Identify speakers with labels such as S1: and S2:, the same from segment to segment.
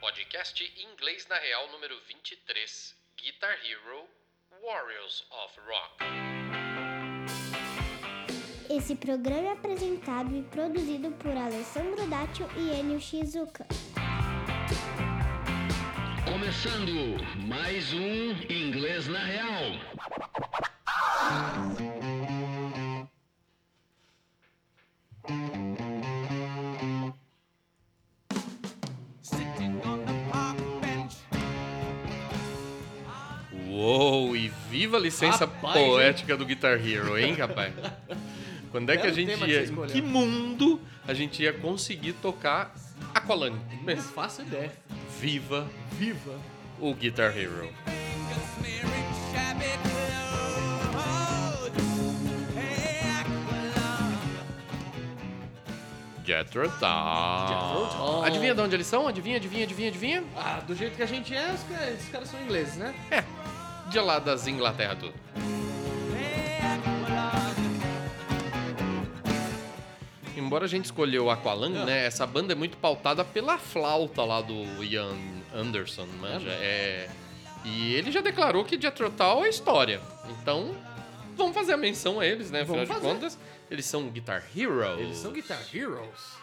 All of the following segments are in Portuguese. S1: podcast Inglês na Real número 23, Guitar Hero Warriors of Rock.
S2: Esse programa é apresentado e produzido por Alessandro Dátio e Enio Shizuka.
S3: Começando mais um Inglês na Real.
S4: sitting on the park bench.
S1: Uou, e viva a licença
S5: Rapaz,
S1: poética do Guitar Hero, hein, rapaz? Quando é que a
S5: Belo
S1: gente
S5: tema que
S1: ia.
S5: você
S1: em
S5: escolheu.
S1: que mundo a gente ia conseguir tocar Aqualung?
S5: Não faço ideia.
S1: Viva, viva o Guitar Hero.
S4: Fingers smearing shabby clothes. Hey, Aqualung.
S1: Jethro Tull.
S5: Jethro Tull.
S1: Adivinha de onde eles são? Adivinha, adivinha, adivinha, adivinha? É,
S5: Ah, do jeito que a gente é, os caras, esses caras são ingleses, né?
S1: De lá das Inglaterra tudo.
S4: Hey, Aqualung.
S1: Embora a gente escolheu Aqualung, né? Essa banda é muito pautada pela flauta lá do Ian Anderson, manja. É. E ele já declarou que Jethro Tull é história. Então, vamos fazer a menção a eles, né? Afinal
S5: Vamos
S1: de
S5: fazer.
S1: contas, eles são Guitar Heroes.
S5: Eles são Guitar Heroes.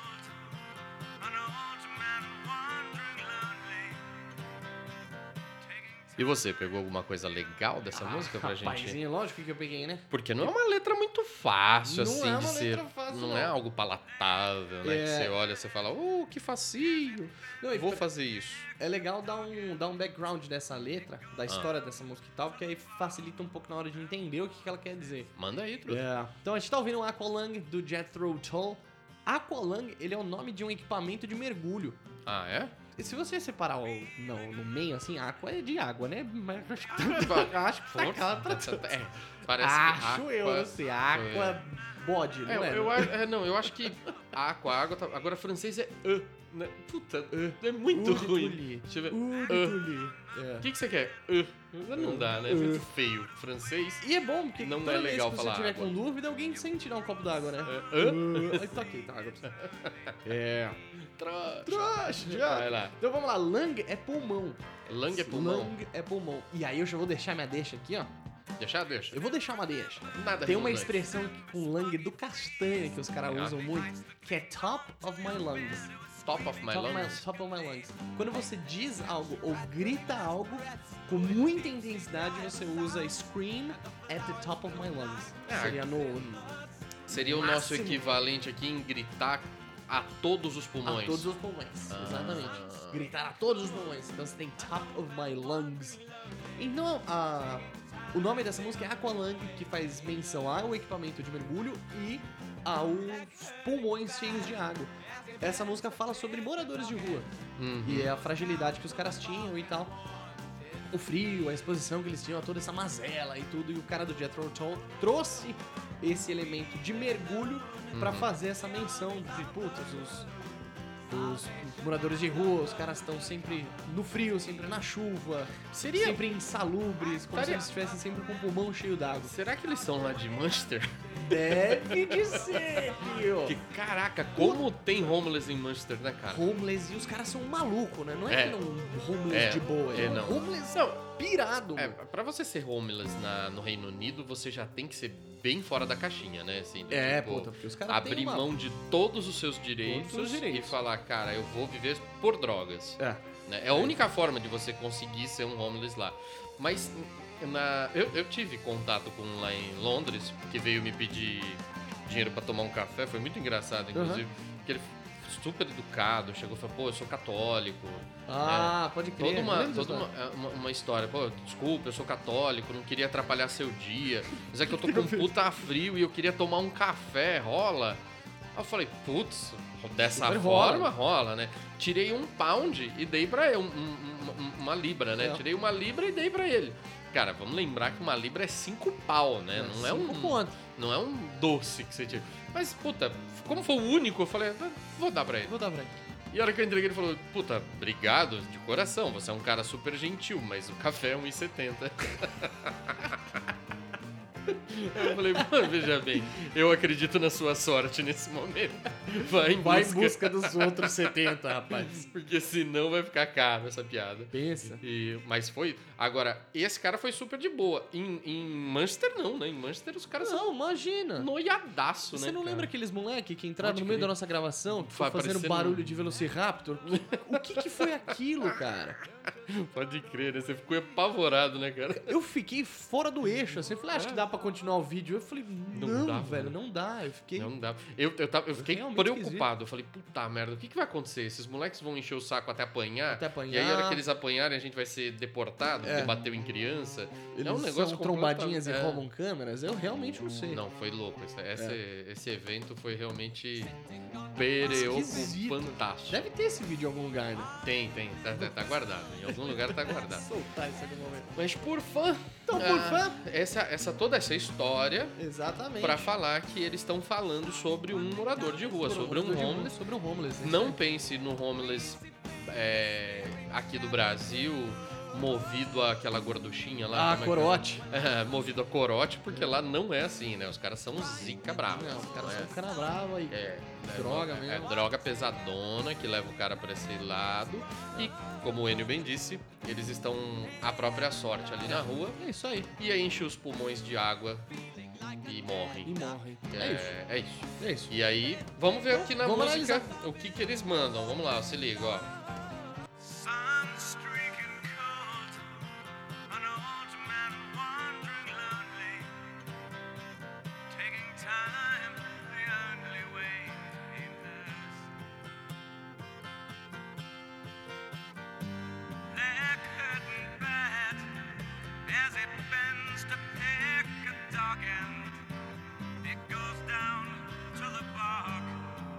S1: E você, pegou alguma coisa legal dessa música pra gente?
S5: Ah, Rapazinho, lógico que eu peguei, né?
S1: Porque não é uma letra muito fácil,
S5: Não
S1: assim,
S5: é uma
S1: de ser.
S5: letra fácil,
S1: não,
S5: não.
S1: é algo palatável, né? Que
S5: É.
S1: você olha e você fala, oh, que facinho.
S5: Não, e
S1: Vou
S5: pra-
S1: fazer isso.
S5: É legal dar um, dar um background dessa letra, da história dessa música e tal, porque aí facilita um pouco na hora de entender o que, que ela quer dizer.
S1: Manda aí, truta.
S5: É. Então a gente tá ouvindo um Aqualung do Jethro Tull. Aqualung, ele é o nome de um equipamento de mergulho.
S1: Ah, é?
S5: E se você separar o, no, no meio, assim, aqua é de água, né? Mas acho que acho que tá claro pra
S1: Força,
S5: todos.
S1: é, parece
S5: Acho
S1: que
S5: eu,
S1: aqua-
S5: não sei. Aqua bode, não
S1: É, eu,
S5: é?
S1: eu acho- é, não, eu acho que aqua, água, tá- agora francês é e, né? Puta, e, é muito
S5: U de
S1: ruim.
S5: tule.
S1: Deixa eu ver. Ah.
S5: Uh, Dutuli.
S1: O
S5: É.
S1: que, que você quer? E. Não dá, né? É muito feio. Francês.
S5: E é bom, porque
S1: Não
S5: toda
S1: é
S5: vez
S1: legal
S5: que você
S1: falar
S5: tiver
S1: água.
S5: com dúvida, alguém sem tirar um copo d'água, né?
S1: Hã?
S5: Uh, aí tá aqui, tá água pra você. É.
S1: Troca.
S5: Trouxa!
S1: Vai lá.
S5: Então vamos lá, lung é pulmão.
S1: Lang é pulmão.
S5: Lung é pulmão. E aí eu já vou deixar minha deixa aqui, ó.
S1: Deixa, deixa.
S5: Eu vou deixar uma deixa.
S1: Nada
S5: Tem uma
S1: redundante.
S5: expressão com lung do castanha que os caras
S1: Ah.
S5: usam muito, que é top of my lungs.
S1: Top of my
S5: top, of
S1: lungs.
S5: my, top of my lungs. Quando você diz algo ou grita algo com muita intensidade, você usa scream at the top of my lungs.
S1: Ah.
S5: Seria no
S1: Seria o nosso
S5: Máximo.
S1: equivalente aqui em gritar a todos os pulmões.
S5: a todos os pulmões.
S1: Ah.
S5: Exatamente. Gritar a todos os pulmões. Então você tem top of my lungs. Então, a- o nome dessa música é Aqualung, que faz menção ao equipamento de mergulho e aos pulmões cheios de água. Essa música fala sobre moradores de rua.
S1: Uhum.
S5: E é a fragilidade que os caras tinham e tal. O frio, a exposição que eles tinham, a toda essa mazela e tudo. E o cara do Jethro Tull trouxe esse elemento de mergulho
S1: Uhum.
S5: pra fazer essa menção de, putz, os, os moradores de rua, os caras estão sempre no frio, sempre na chuva.
S1: Seria-
S5: Sempre insalubres, como se
S1: Estaria-
S5: eles estivessem sempre com o pulmão cheio d'água.
S1: Será que eles são lá de Manchester?
S5: Deve de ser, tio!
S1: Porque, caraca, como tem homeless em Manchester, né, cara?
S5: Homeless, e os caras são malucos, né? Não é,
S1: É.
S5: que não homeless
S1: É,
S5: de boa,
S1: é,
S5: um
S1: não.
S5: homeless
S1: Não,
S5: pirado.
S1: É,
S5: mano.
S1: pra você ser homeless na- no Reino Unido, você já tem que ser bem fora da caixinha, né? Assim, do
S5: É,
S1: tipo,
S5: puta, porque os caras têm
S1: abrir
S5: uma...
S1: mão de todos os seus direitos,
S5: Todos os seus direitos.
S1: e falar, cara, eu vou viver por drogas.
S5: É.
S1: né? É a única forma de você conseguir ser um homeless lá. Mas na, eu, eu tive contato com um lá em Londres, que veio me pedir dinheiro pra tomar um café, foi muito engraçado, inclusive, porque ele f- super educado, chegou e falou, pô, eu sou católico,
S5: Ah, pode crer.
S1: Toda,
S5: Eu
S1: uma,
S5: lembro
S1: toda
S5: dessa-
S1: uma, é, uma, uma história. Pô, desculpa, eu sou católico, não queria atrapalhar seu dia. Mas é que eu tô com um puta frio e eu queria tomar um café, rola? Aí eu falei, putz, dessa
S5: Super rola.
S1: forma rola. né? Tirei um pound e dei pra ele, um- um- um- uma libra, né?
S5: É.
S1: Tirei uma libra e dei pra ele. Cara, vamos lembrar que uma libra é cinco pau, né? não é
S5: cinco
S1: um
S5: pontos.
S1: não é um doce que você tira. Mas puta, como foi o único, eu falei, "Ah, vou dar pra ele.
S5: Vou dar pra ele.
S1: E a hora que eu entreguei, ele falou: Puta, obrigado de coração, você um é um cara super gentil, mas o café é 1,70. Eu falei, mano, veja bem, eu acredito na sua sorte nesse momento. Vai em
S5: Vai em
S1: busca.
S5: busca dos outros 70, rapaz.
S1: Porque senão vai ficar caro essa piada.
S5: Pensa.
S1: E- mas foi. Agora, esse cara foi super de boa. Em, em Manchester, não, né? Em Manchester, os caras
S5: Não, imagina.
S1: são noiadaço, né?
S5: Você não
S1: cara?
S5: lembra aqueles moleque que entraram
S1: Pode
S5: no meio
S1: crer.
S5: da nossa gravação, que
S1: Vai
S5: foi fazendo
S1: parecendo
S5: barulho
S1: um-
S5: de Velociraptor? O que, que foi aquilo, cara?
S1: Pode crer, né? Você ficou apavorado, né, cara?
S5: Eu fiquei fora do eixo, assim. Eu falei, ah, acho que dá pra continuar o vídeo. Eu falei,
S1: dá,
S5: não,
S1: né? É um-
S5: velho,
S1: mano.
S5: não dá. Eu fiquei...
S1: Não dá. Eu, eu, tava- eu fiquei
S5: realmente
S1: preocupado. Eu falei, puta merda, o que, que vai acontecer? Esses moleques vão encher o saco até apanhar?
S5: Até apanhar.
S1: E aí, a hora que eles apanharem, a gente vai ser deportado,
S5: É.
S1: porque bateu em criança.
S5: Eles
S1: é um negócio
S5: são trombadinhas e
S1: completamente- é.
S5: roubam câmeras? Eu realmente não sei.
S1: Não, foi louco. Essa, essa-
S5: É.
S1: Esse evento foi realmente pereocupantástico.
S5: Deve ter esse vídeo em algum lugar, né?
S1: Tem, tem. Tá, tá- tá guardado. Em algum lugar tá guardado.
S5: Soltar isso em algum momento.
S1: Mas por fã.
S5: Então, por
S1: ah,
S5: fã...
S1: Essa, essa, toda essa história
S5: Exatamente.
S1: pra falar que eles estão falando sobre um morador de rua, sobre um homeless.
S5: Sobre um homeless. né?
S1: Não pense no homeless é, aqui do Brasil movido àquela gorduchinha lá.
S5: Ah,
S1: como é que
S5: corote.
S1: é? movido a corote, porque lá não é assim, né? Os caras são zica brava.
S5: Não, os caras
S1: é?
S5: são cara brava e...
S1: É,
S5: Droga
S1: é,
S5: mesmo.
S1: É droga pesadona que leva o cara pra esse lado. E, como o Enio bem disse, eles estão à própria sorte ali na rua.
S5: É isso aí.
S1: E aí enche os pulmões de água e morrem.
S5: E morre. É isso.
S1: É, é isso.
S5: É isso.
S1: E aí, vamos ver aqui na
S5: Vamos
S1: música o que, que eles mandam. Vamos lá, se liga, ó.
S6: Sun-streaking cold, an old man wandering lonely, taking time the only way he knows. Their curtain bed, as it bends to pick a dog end, it goes down to the bog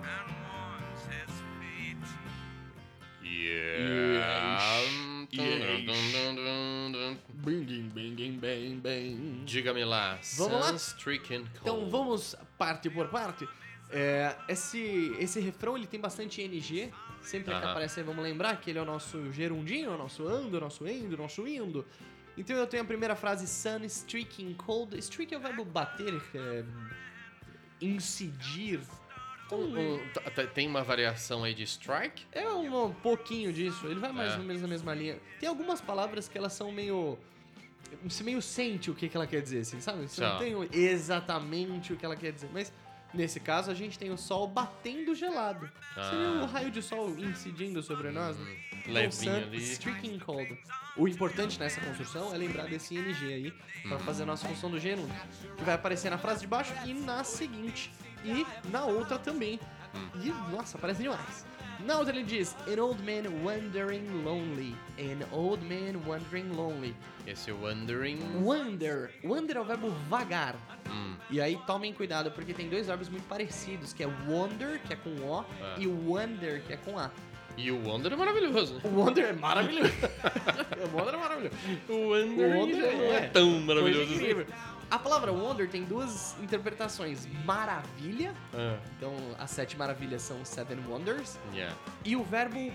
S6: and warms his feet.
S5: Então,
S1: Ah,
S5: é Bing, bing, bing, bing.
S1: Diga-me lá.
S5: Vamos lá?
S1: Sun-stricken cold.
S5: Então vamos parte por parte. É, esse, esse refrão ele tem bastante NG. Sempre que
S1: Aham.
S5: aparece aí, vamos lembrar que ele é o nosso gerundinho, é o nosso ando, é o nosso endo, é o nosso indo. Então eu tenho a primeira frase, sun streaking cold. Streak é o verbo bater, é, incidir. Então,
S1: Um- um- t- t- Tem uma variação aí de strike?
S5: É um, um pouquinho disso. Ele vai mais
S1: É.
S5: ou menos na mesma linha. Tem algumas palavras que elas são meio. Você meio sente o que, que ela quer dizer, assim, sabe? Você não
S1: Tá.
S5: tem o- exatamente o que ela quer dizer. Mas nesse caso a gente tem o sol batendo gelado. Seria
S1: Ah. Hum,
S5: o raio de sol incidindo sobre nós, né? Então,
S1: Levinho
S5: sun
S1: ali.
S5: Streaking cold. O importante nessa construção é lembrar desse NG aí,
S1: Hum.
S5: pra fazer a nossa função do gênero, que vai aparecer na frase de baixo e na seguinte. E na outra também.
S1: Hum.
S5: E, nossa, aparece demais. Na outra ele diz, An old man wandering lonely. An old man wandering lonely.
S1: Esse wandering.
S5: Wander. Wander é o verbo vagar.
S1: Hum.
S5: E aí tomem cuidado, porque tem dois verbos muito parecidos, que é wander, que é com O,
S1: É.
S5: e wander, que é com A.
S1: E o wonder é maravilhoso, né?
S5: O Wonder é maravilhoso. o Wonder é maravilhoso.
S1: O Wonder,
S5: O Wonder
S1: já não é,
S5: é
S1: tão
S5: Coisa
S1: maravilhoso assim.
S5: incrível. A palavra Wonder tem duas interpretações. Maravilha,
S1: Ah,
S5: então as sete maravilhas são seven wonders,
S1: yeah.
S5: e o verbo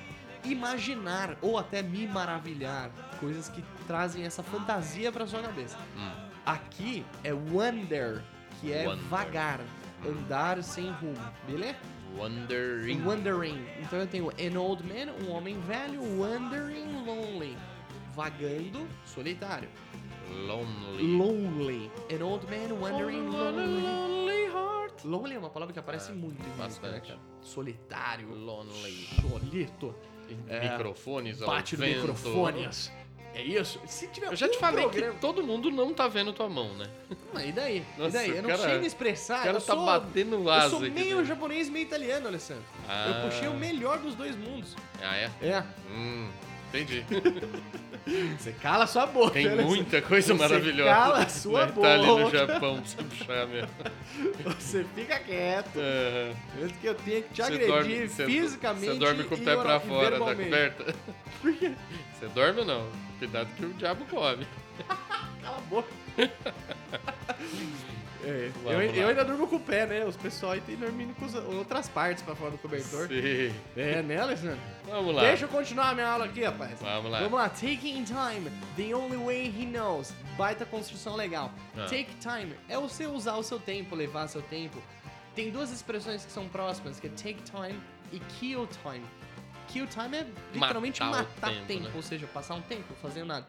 S5: imaginar ou até me maravilhar, coisas que trazem essa fantasia pra sua cabeça.
S1: Hum.
S5: Aqui é wonder, que é
S1: Wander.
S5: vagar,
S1: Hum.
S5: andar sem rumo, beleza?
S1: Wandering.
S5: Wandering. Então eu tenho an old man, um homem velho, wandering lonely. Vagando, solitário.
S1: Lonely.
S5: Lonely. An old man wandering lonely.
S1: Lonely heart.
S5: Lonely é uma palavra que aparece muito em música, né,
S1: bastante.
S5: cara? Solitário.
S1: Lonely.
S5: Solito. É,
S1: Microfones ao
S5: Bate no
S1: vento.
S5: microfone. É isso. Se tiver
S1: Eu já te
S5: um
S1: falei
S5: programa-
S1: que todo mundo não tá vendo tua mão, né?
S5: Mas e daí?
S1: Nossa,
S5: e daí? Eu não
S1: cara-
S5: sei me expressar.
S1: o cara
S5: Ah, eu
S1: tá
S5: sou,
S1: batendo
S5: Eu
S1: asa
S5: sou
S1: aqui
S5: meio
S1: dentro.
S5: japonês, meio italiano, Alessandro.
S1: Ah.
S5: Eu puxei o melhor dos dois mundos.
S1: Ah, é?
S5: É.
S1: Hum, entendi.
S5: Você cala sua boca,
S1: Tem
S5: Alessandro.
S1: muita coisa
S5: Você
S1: maravilhosa.
S5: cala a sua
S1: na Itália e no
S5: boca.
S1: Japão, pra você puxar mesmo.
S5: Você fica quieto.
S1: Aham.
S5: Antes que eu tenha que te
S1: Você
S5: agredir
S1: dorme- você-
S5: fisicamente.
S1: Você dorme com o
S5: e
S1: pé pra
S5: oral- e
S1: fora da
S5: verbalmente.
S1: coberta? Você dorme ou não? Cuidado que o diabo come.
S5: Cala a boca. É,
S1: Vamos
S5: eu, eu
S1: lá.
S5: ainda durmo com o pé, né? Os pessoal aí tem dormindo com os- outras partes pra fora do cobertor.
S1: Sim.
S5: É, né, Alessandro?
S1: Vamos lá.
S5: Deixa eu continuar a minha aula aqui, rapaz.
S1: Vamos lá.
S5: Vamos lá. Taking time, the only way he knows. Baita construção legal.
S1: Ah.
S5: Take time é você usar o seu tempo, levar seu tempo. Tem duas expressões que são próximas, que é take time e kill time. Kill time é literalmente
S1: Matar
S5: matar,
S1: o tempo,
S5: tempo,
S1: né?
S5: ou seja, passar um tempo fazendo nada.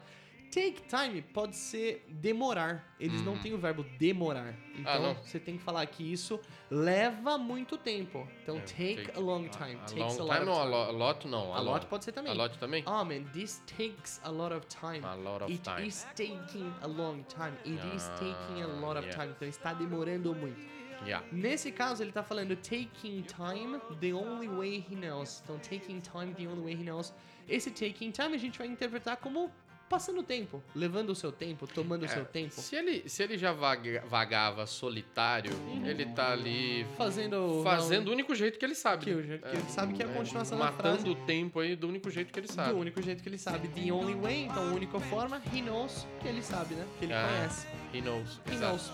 S5: Take time pode ser demorar. Eles não têm o verbo demorar.
S1: Uhum. Ah,
S5: Então
S1: não.
S5: você tem que falar que isso leva muito tempo. Então
S1: É,
S5: take, a long time.
S1: A, a
S5: takes
S1: long time
S5: a lot of
S1: não, a
S5: time.
S1: lo- a lot não.
S5: A lot pode ser também.
S1: A lot também?
S5: Oh man, this takes a lot of time.
S1: A lot of
S5: It
S1: time.
S5: is taking a long time. It is
S1: Ah,
S5: taking a lot of
S1: yeah.
S5: time. Então está demorando muito.
S1: Yeah.
S5: Nesse caso, ele tá falando taking time the only way he knows. Então, taking time the only way he knows. Esse taking time a gente vai interpretar como passando tempo, levando o seu tempo, tomando o seu
S1: É,
S5: tempo,
S1: Se ele, se ele já vaga- vagava solitário, ele tá ali
S5: fazendo.
S1: fazendo o único jeito que ele sabe. né?
S5: Que o jeito que ele sabe que é a continuação da
S1: Matando
S5: frase.
S1: o tempo aí do único jeito que ele sabe.
S5: Do único jeito que ele sabe. The only way, então, a única forma, he knows, que ele sabe, né? Que ele
S1: Ah,
S5: conhece.
S1: He knows.
S5: He
S1: exato.
S5: knows.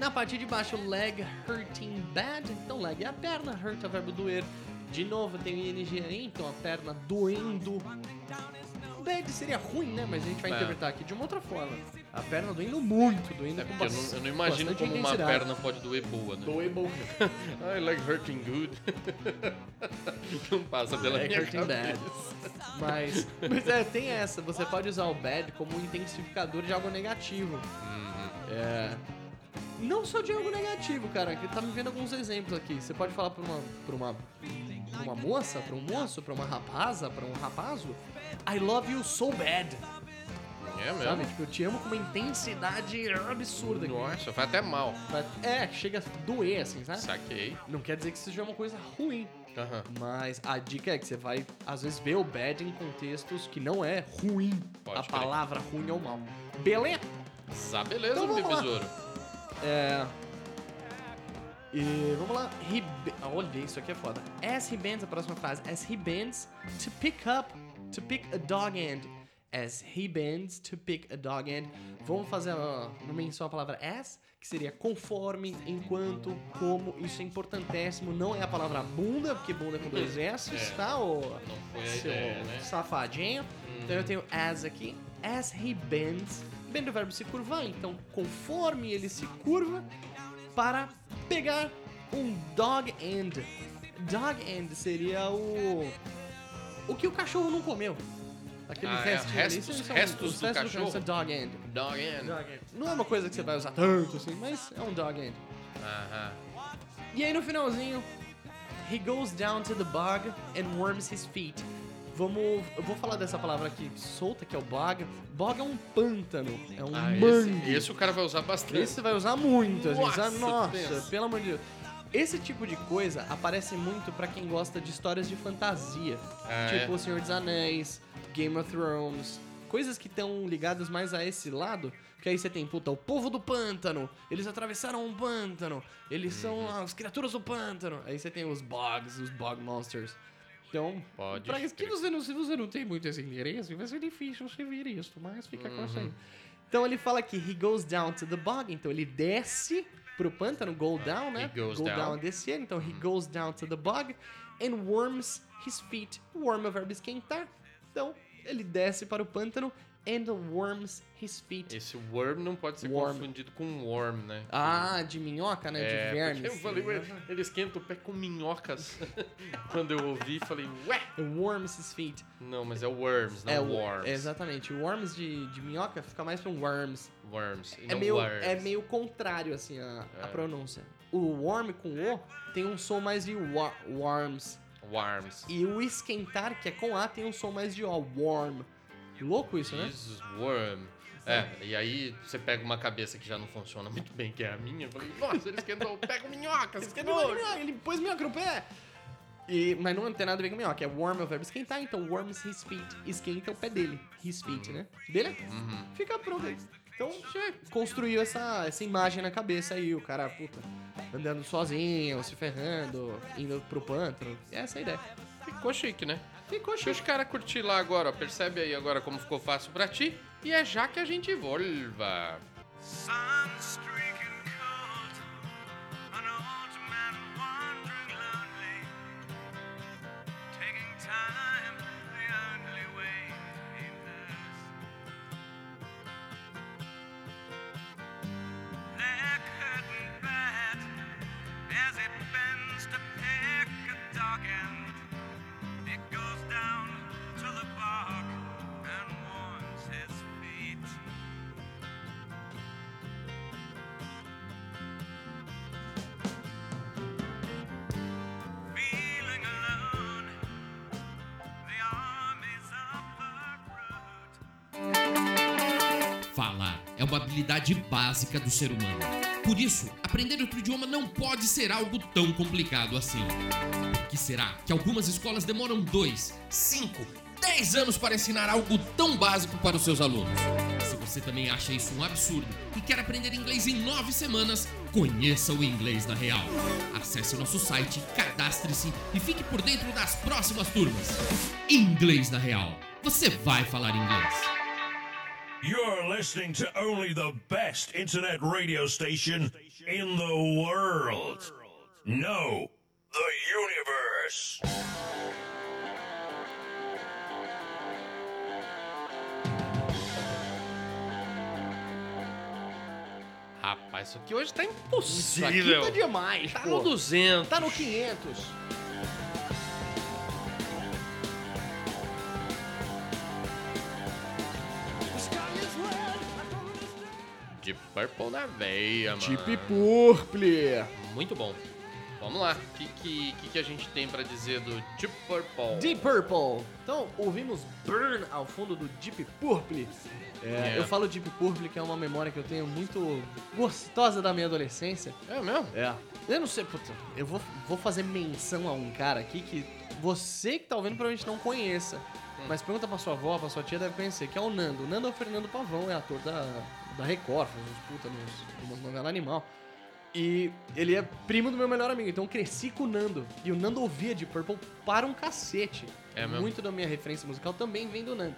S5: Na parte de baixo, leg hurting bad. Então, leg é a perna, hurt é o verbo doer. De novo, tem o ing aí, então a perna doendo. Bad seria ruim, né? Mas a gente vai
S1: É.
S5: interpretar aqui de uma outra forma. A perna doendo muito, doendo
S1: É
S5: com
S1: porque eu não,
S5: bas-
S1: eu não imagino
S5: bastante
S1: como uma
S5: intensidade.
S1: perna pode doer boa, né? Ah,
S5: Doer bom.
S1: I like hurting good. não passa pela
S5: Leg
S1: minha
S5: hurting é bad.
S1: cabeça.
S5: Mas, mas é, tem essa. Você pode usar o bad como um intensificador de algo negativo. É. Não só de algo negativo, cara. Que tá me vendo alguns exemplos aqui. Você pode falar pra uma, pra uma, pra uma moça, pra um moço, pra uma rapaza, pra um rapazo. I love you so bad.
S1: É mesmo.
S5: Sabe? Tipo, eu te amo com uma intensidade absurda. aqui.
S1: Nossa, faz até mal.
S5: É, chega a doer, assim, sabe?
S1: Saquei.
S5: Não quer dizer que seja uma coisa ruim.
S1: Aham.
S5: Mas a dica é que você vai, às vezes, ver o bad em contextos que não é ruim.
S1: Pode
S5: a
S1: crer.
S5: palavra ruim ou mal. Beleza?
S1: Tá, beleza,
S5: Então
S1: meu
S5: vamos lá.
S1: besouro.
S5: É. E vamos lá. He, be- ah, olha, isso aqui é foda. As he bends, a próxima frase. As he bends to pick up, to pick a dog end. As he bends to pick a dog end. Vamos fazer uma, uma menção à palavra as, que seria conforme, enquanto, como. Isso é importantíssimo. Não é a palavra bunda, porque bunda é com dois S,
S1: É.
S5: tá? Ou
S1: Não foi a
S5: seu
S1: ideia, né?
S5: safadinho.
S1: Uhum.
S5: Então eu tenho as aqui. As he bends. Bend é o verbo se curvar. Então, conforme ele se curva para pegar um dog end. Dog end seria o. O que o cachorro não comeu. Aquele
S1: Ah, é,
S5: resto
S1: restos-
S5: um-
S1: restos do cachorro.
S5: é dog end.
S1: Dog in.
S5: Não é uma coisa que você vai usar tanto assim, mas é um dog end.
S1: Aham.
S5: E aí no finalzinho, he goes down to the bog and warms his feet. Vamos, eu vou falar dessa palavra aqui solta que é o bog. Bog é um pântano, é um
S1: Ah,
S5: mangue.
S1: esse, esse o cara vai usar bastante.
S5: Esse você vai usar muito, assim,
S1: Nossa,
S5: sabe? Nossa,
S1: pensa.
S5: pelo amor de Deus. Esse tipo de coisa aparece muito pra quem gosta de histórias de fantasia.
S1: Ah,
S5: tipo
S1: é?
S5: O Senhor dos Anéis, Game of Thrones. Coisas que estão ligadas mais a esse lado. Porque aí você tem, puta, o povo do pântano. Eles atravessaram um pântano. Eles são
S1: Uhum.
S5: as criaturas do pântano. Aí você tem os bogs, os bog monsters. Então,
S1: Pode
S5: pra que
S1: crer.
S5: você não, se você não tem muito esse endereço, vai ser difícil você ver isso, mas fica
S1: Uhum.
S5: com isso aí. Então ele fala que he goes down to the bog, então ele desce pro pântano, go down, né?
S1: he goes
S5: go
S1: down. Uhum.
S5: down, descer, então he goes down to the bog and warms his feet. Warm é o verbo esquentar. Então ele desce para o pântano and warms his feet.
S1: Esse worm não pode ser
S5: Worm.
S1: confundido com worm, né?
S5: Ah, de minhoca, né?
S1: É,
S5: de vermes.
S1: porque Eu falei, ué, ele esquenta o pé com minhocas. Quando eu ouvi, falei, ué.
S5: Warms his feet.
S1: Não, mas é worms, não
S5: é,
S1: worms.
S5: Exatamente. Worms de, de minhoca fica mais pra um worms.
S1: Worms. e
S5: É
S1: não
S5: meio,
S1: worms.
S5: é meio contrário, assim, a, a
S1: É.
S5: pronúncia. O warm com O tem um som mais de wa warms.
S1: Worms.
S5: E o esquentar, que é com A, tem um som mais de O, warm. Louco isso, né?
S1: Jesus, worm. É, e aí você pega uma cabeça que já não funciona muito bem, que é a minha, eu falei, nossa, ele esquentou, pega minhocas, esquentou.
S5: Ah, Ele pôs minhoca no pé! E, mas não tem nada a ver com minhoca, é warm é o verbo esquentar, então warms his feet, esquenta o pé dele. His feet, né? Dele? Fica pronto aí. Então, já construiu essa, essa imagem na cabeça aí, o cara, puta, andando sozinho, se ferrando, indo pro pântano. Essa é a ideia.
S1: Ficou chique, né?
S5: Ficou
S1: Deixa os caras curtir lá agora, ó. percebe aí agora como ficou fácil pra ti. E é já que a gente volva.
S6: Sun streaking.
S7: é uma habilidade básica do ser humano. Por isso, aprender outro idioma não pode ser algo tão complicado assim. Por que será que algumas escolas demoram dois, cinco, dez anos para ensinar algo tão básico para os seus alunos? Se você também acha isso um absurdo e quer aprender inglês em nove semanas, conheça o Inglês na Real. Acesse nosso site, cadastre-se e fique por dentro das próximas turmas. Inglês na Real. Você vai falar inglês.
S8: You're listening to only the best internet radio station in the world. No, the universe.
S1: Rapaz, isso aqui hoje tá
S5: Isso aqui
S1: impossível.
S5: tá demais,
S1: Tá no
S5: pô.
S1: 200.
S5: Tá no 500.
S1: Deep Purple na veia, mano.
S5: Deep Purple.
S1: Muito bom. Vamos lá. O que, que, que, que a gente tem pra dizer do Deep Purple?
S5: Deep Purple. Então, ouvimos Burn ao fundo do Deep Purple. É,
S1: Yeah.
S5: Eu falo Deep Purple, que é uma memória que eu tenho muito gostosa da minha adolescência.
S1: É mesmo?
S5: É. Eu não sei, puta, eu vou, vou fazer menção a um cara aqui que você que tá ouvindo provavelmente não conheça.
S1: Hum.
S5: Mas pergunta pra sua avó, pra sua tia, deve conhecer, que é o Nando. O Nando é o Fernando Pavão, é ator da, da Record, faz uns puta nos, umas novelas animal. E ele é primo do meu melhor amigo, então eu cresci com o Nando. E o Nando ouvia de Purple para um cacete.
S1: É mesmo?
S5: Muito da minha referência musical também vem do Nando.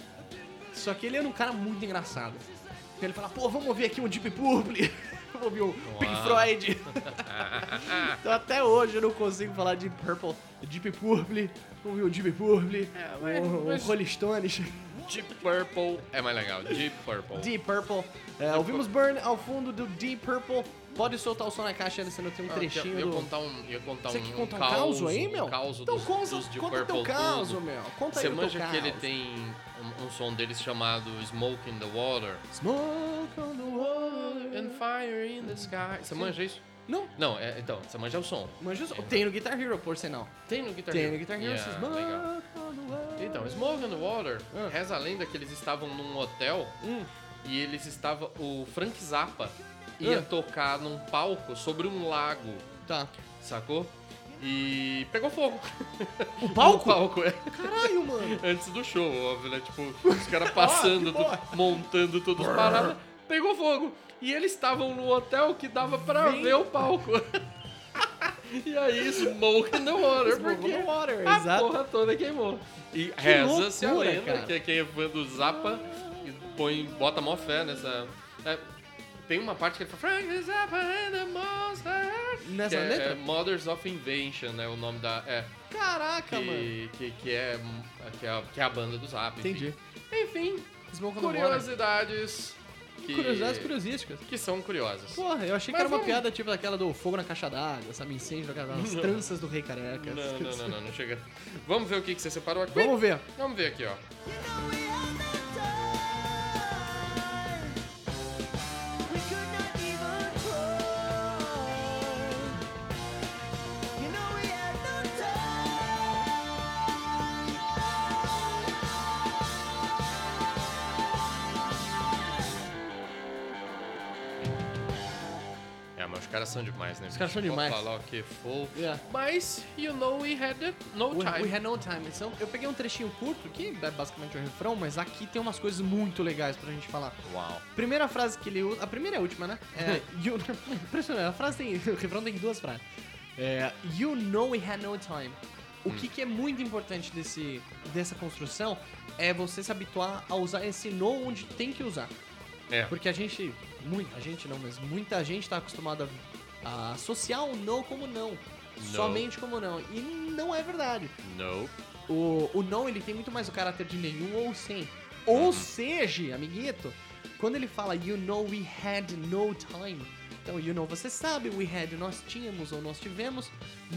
S5: Só que ele era um cara muito engraçado. Então ele fala, pô, vamos ouvir aqui um Deep Purple, vamos ouvir um Pink
S1: Uau.
S5: Floyd. Então até hoje eu não consigo falar de Purple, Deep Purple, ouvir o Deep Purple,
S1: mas-
S5: o, o
S1: mas-
S5: Rolling Stones,
S1: Deep Purple é mais legal. Deep Purple.
S5: Deep Purple. É, ouvimos Burn ao fundo do Deep Purple. Pode soltar o som na caixa, Anderson, eu tenho um
S1: Ah,
S5: trechinho
S1: eu, eu
S5: do...
S1: contar um, eu contar
S5: Você
S1: um,
S5: quer
S1: um
S5: contar um
S1: caos,
S5: caos aí, meu?
S1: Um caos
S5: então
S1: dos,
S5: conta,
S1: dos Deep
S5: conta
S1: Purple
S5: teu caos,
S1: tudo.
S5: meu. Conta
S1: Você
S5: aí o teu
S1: manja que ele
S5: caos.
S1: tem um, um som deles chamado Smoke in the Water
S5: Smoke on the water.
S1: and Fire in the Sky. Você manja isso?
S5: Não,
S1: Não, é, então, você manja o som.
S5: manja o som. Tem no Guitar Hero, por sinal.
S1: Tem no Guitar
S5: Tem
S1: Hero.
S5: no Guitar Hero,
S1: Yeah,
S5: você Smoke
S1: legal.
S5: on the water.
S1: Então, Smoke in the Water,
S5: Ah.
S1: reza a lenda que eles estavam num hotel
S5: Hum.
S1: e eles estavam. O Frank Zappa ia
S5: Ah.
S1: tocar num palco sobre um lago,
S5: Tá.
S1: sacou? E pegou fogo.
S5: O Um palco?
S1: No palco, é.
S5: Caralho, mano.
S1: Antes do show, óbvio, né? Tipo, os caras passando,
S5: Ah, que boa.
S1: tu- montando todos os paradas, pegou fogo. E eles estavam no hotel que dava pra
S5: Vem.
S1: ver o palco. e aí, smoke in the water,
S5: Smoke on
S1: porque
S5: the water,
S1: a
S5: exato.
S1: Ah, porra toda queimou. E reza-se a
S5: loucura,
S1: lenda
S5: cara.
S1: que quem é fã do Zappa e põe, bota mó fé nessa... é, tem uma parte que ele fala Frank Zappa and the Monster
S5: Nessa
S1: que é,
S5: letra?
S1: é Mothers of Invention, né? O nome da... é,
S5: Caraca, mano.
S1: que, que, que é, que, é, que é a banda do Zap.
S5: Entendi.
S1: Enfim, enfim
S5: Smoke on the water.
S1: curiosidades que,
S5: Curiosidades curiosísticas.
S1: que são curiosas.
S5: Porra, eu achei que
S1: Mas
S5: era uma
S1: vamos-
S5: piada tipo daquela do fogo na caixa d'água, sabe? Incêndio na caixa d'água, as tranças do rei careca.
S1: Não, não, não, não, não chega. Vamos ver o que, que você separou aqui.
S5: Vamos ver.
S1: Vamos ver aqui, ó. É, mas os caras são demais, né? Os
S5: caras são demais.
S1: Vou falar o que for.
S5: Yeah.
S1: Mas, you know, we had it, no
S5: We,
S1: time.
S5: we had no time. Então, eu peguei um trechinho curto, que é basicamente o refrão, mas aqui tem umas coisas muito legais pra gente falar.
S1: Uau.
S5: Primeira frase que ele usa. A primeira é a última, né? É. you- impressionante. A frase tem. O refrão tem duas frases. É. You know we had no time. O
S1: Hum.
S5: que, que é muito importante desse, dessa construção é você se habituar a usar esse know onde tem que usar.
S1: É.
S5: Porque a gente. Muita gente não, mas muita gente tá acostumada a associar o não como não. Somente como não. E não é verdade.
S1: No.
S5: O, o não, ele tem muito mais o caráter de nenhum ou sem. Ou seja, amiguito, quando ele fala you know we had no time. Então, you know, você sabe, we had, nós tínhamos ou nós tivemos.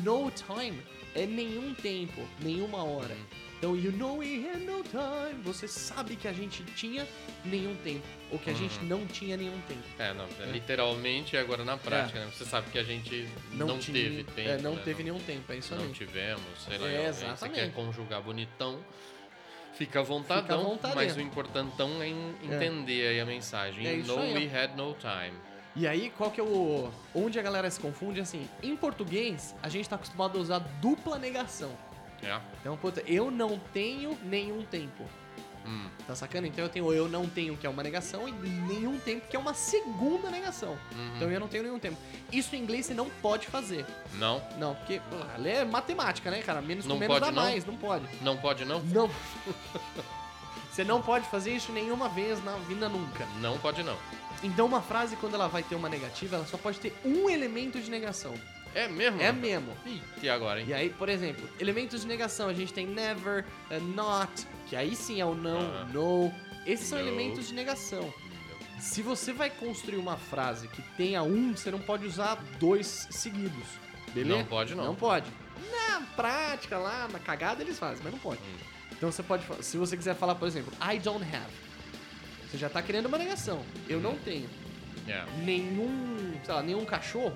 S5: No time é nenhum tempo, nenhuma hora. Então, you know we had no time. Você sabe que a gente tinha nenhum tempo. Ou que a
S1: Uhum.
S5: gente não tinha nenhum tempo.
S1: É, não. é Literalmente e agora na prática, né? Você sabe que a gente não,
S5: É. tinha-
S1: teve tempo.
S5: É, não
S1: né?
S5: teve nenhum tempo, é isso
S1: não
S5: aí.
S1: tivemos, sei lá,
S5: É,
S1: aí você
S5: exatamente.
S1: quer conjugar bonitão, Fica vontadão,
S5: Fica vontadão.
S1: mas o importantão é en- entender aí a mensagem.
S5: É isso
S1: no
S5: aí,
S1: we had no time.
S5: E aí, qual que é o. Onde a galera se confunde, assim, em português, a gente tá acostumado a usar dupla negação.
S1: É.
S5: Então, puta, eu não tenho nenhum tempo.
S1: Hum.
S5: Tá sacando? Então eu tenho o eu não tenho, que é uma negação, e nenhum tempo, que é uma segunda negação.
S1: Uhum.
S5: Então eu não tenho nenhum tempo. Isso em inglês você não pode fazer.
S1: Não?
S5: Não, porque pô, ali é matemática, né, cara? Menos
S1: Não
S5: com menos
S1: pode,
S5: dá
S1: não?
S5: mais, não pode.
S1: Não pode não?
S5: Não. você não pode fazer isso nenhuma vez na vida nunca.
S1: Não pode não.
S5: Então uma frase, quando ela vai ter uma negativa, ela só pode ter um elemento de negação.
S1: É mesmo?
S5: É mesmo.
S1: E agora, hein?
S5: E aí, por exemplo, elementos de negação, a gente tem never, eh, not, que aí sim é o não,
S1: Ah.
S5: no. Esses são
S1: No.
S5: elementos de negação. Se você vai construir uma frase que tenha um, você não pode usar dois seguidos. Beleza?
S1: Não pode, não.
S5: Não pode. Na prática, lá, na cagada, eles fazem, mas não pode.
S1: Hum.
S5: Então você pode. fa- Se você quiser falar, por exemplo, I don't have. Você já tá criando uma negação. Eu
S1: Hum.
S5: não tenho
S1: Yeah.
S5: nenhum. Sei lá, nenhum cachorro.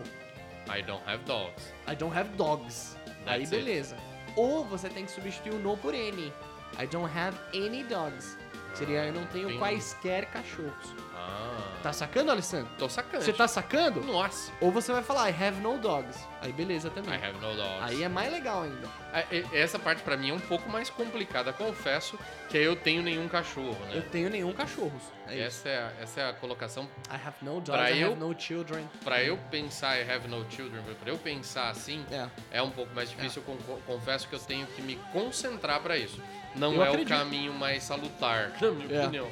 S1: É. I don't have dogs.
S5: I don't have dogs. Aí
S1: it.
S5: beleza. Ou você tem que substituir o no por any. I don't have any dogs. Seria eu não tenho
S1: Entendi.
S5: quaisquer cachorros.
S1: Ah.
S5: Tá sacando, Alessandro?
S1: Tô sacando.
S5: Você tá sacando?
S1: Nossa.
S5: Ou você vai falar I have no dogs. Aí beleza também.
S1: I have no dogs.
S5: Aí é mais legal ainda.
S1: Ah, e- Essa parte pra mim é um pouco mais complicada, confesso, que é eu tenho nenhum cachorro, né?
S5: Eu tenho nenhum cachorros. É isso.
S1: Essa é, a, essa é a colocação.
S5: I have no dogs,
S1: Pra
S5: I
S1: eu-
S5: have no children.
S1: Pra eu pensar I have no children, pra eu pensar assim,
S5: É.
S1: é um pouco mais difícil. Eu con- confesso que eu tenho que me concentrar pra isso. Não
S5: Eu
S1: é
S5: acredito.
S1: o caminho mais salutar, na minha
S5: É.
S1: opinião.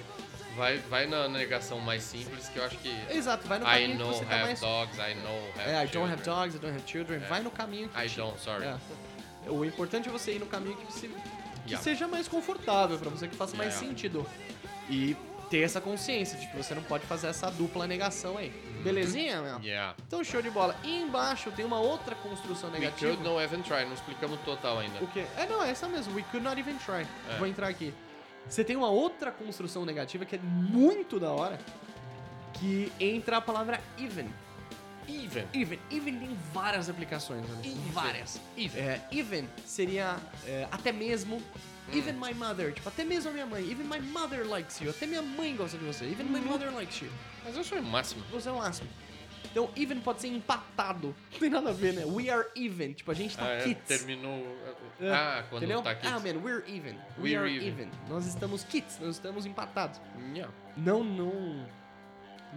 S1: Vai, vai na negação mais simples, que eu acho que.
S5: Exato, vai no
S1: I
S5: caminho que
S1: know
S5: você
S1: have
S5: tá mais.
S1: dogs, I know have.
S5: É, I don't
S1: children. É.
S5: have dogs, I don't have children. Vai no caminho que
S1: I
S5: te-
S1: don't, sorry.
S5: É. O importante é você ir no caminho que, se- que
S1: Yeah.
S5: seja mais confortável pra você, que faça mais
S1: Yeah.
S5: sentido. E ter essa consciência de que você não pode fazer essa dupla negação aí. Belezinha, meu?
S1: Uhum. Yeah.
S5: Então, show de bola. E embaixo tem uma outra construção
S1: We
S5: negativa.
S1: could no even try, não explicamos total ainda.
S5: O quê? É, não, é essa mesmo. We could not even try. Vou entrar aqui. Você tem uma outra construção negativa que é muito da hora, que entra a palavra even.
S1: Even.
S5: Even. Even tem várias aplicações. Né? Várias. Even. É, even seria é, até mesmo. Even my mother. Tipo, até mesmo a minha mãe. Even my mother likes you. Até minha mãe gosta de você. Even my mother likes you.
S1: Mas eu sou o máximo.
S5: Você é um asno. Então, even pode ser empatado. Não tem nada a ver, né? We are even. Tipo, a gente tá
S1: Ah, é,
S5: kits.
S1: terminou.
S5: É,
S1: Ah, quando
S5: Entendeu?
S1: tá aqui.
S5: Ah, man, we're even. We
S1: We're
S5: are even.
S1: even.
S5: Nós estamos kits. Nós estamos empatados.
S1: Yeah.
S5: Não, não...